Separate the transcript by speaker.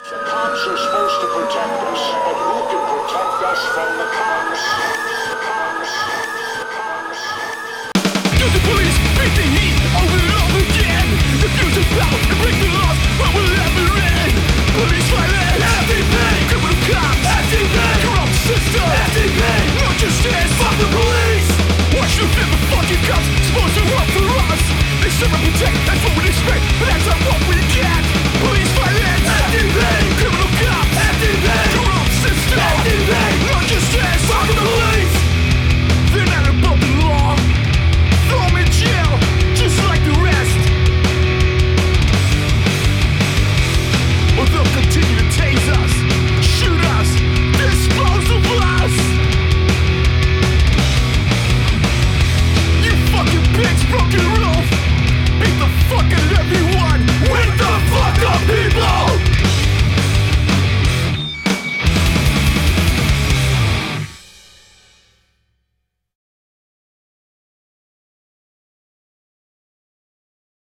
Speaker 1: Cops are supposed to protect us, but who can protect us from the cops? The cops. The cops.
Speaker 2: Use the police, beat the heat, over and over again. Abuse of power and break the laws, but we'll never end. Police violence, activate. Criminal cops, activate. Corrupt system, activate. No justice, fuck the police. Watch the fear of fucking cops, supposed to work for us. They serve and protect and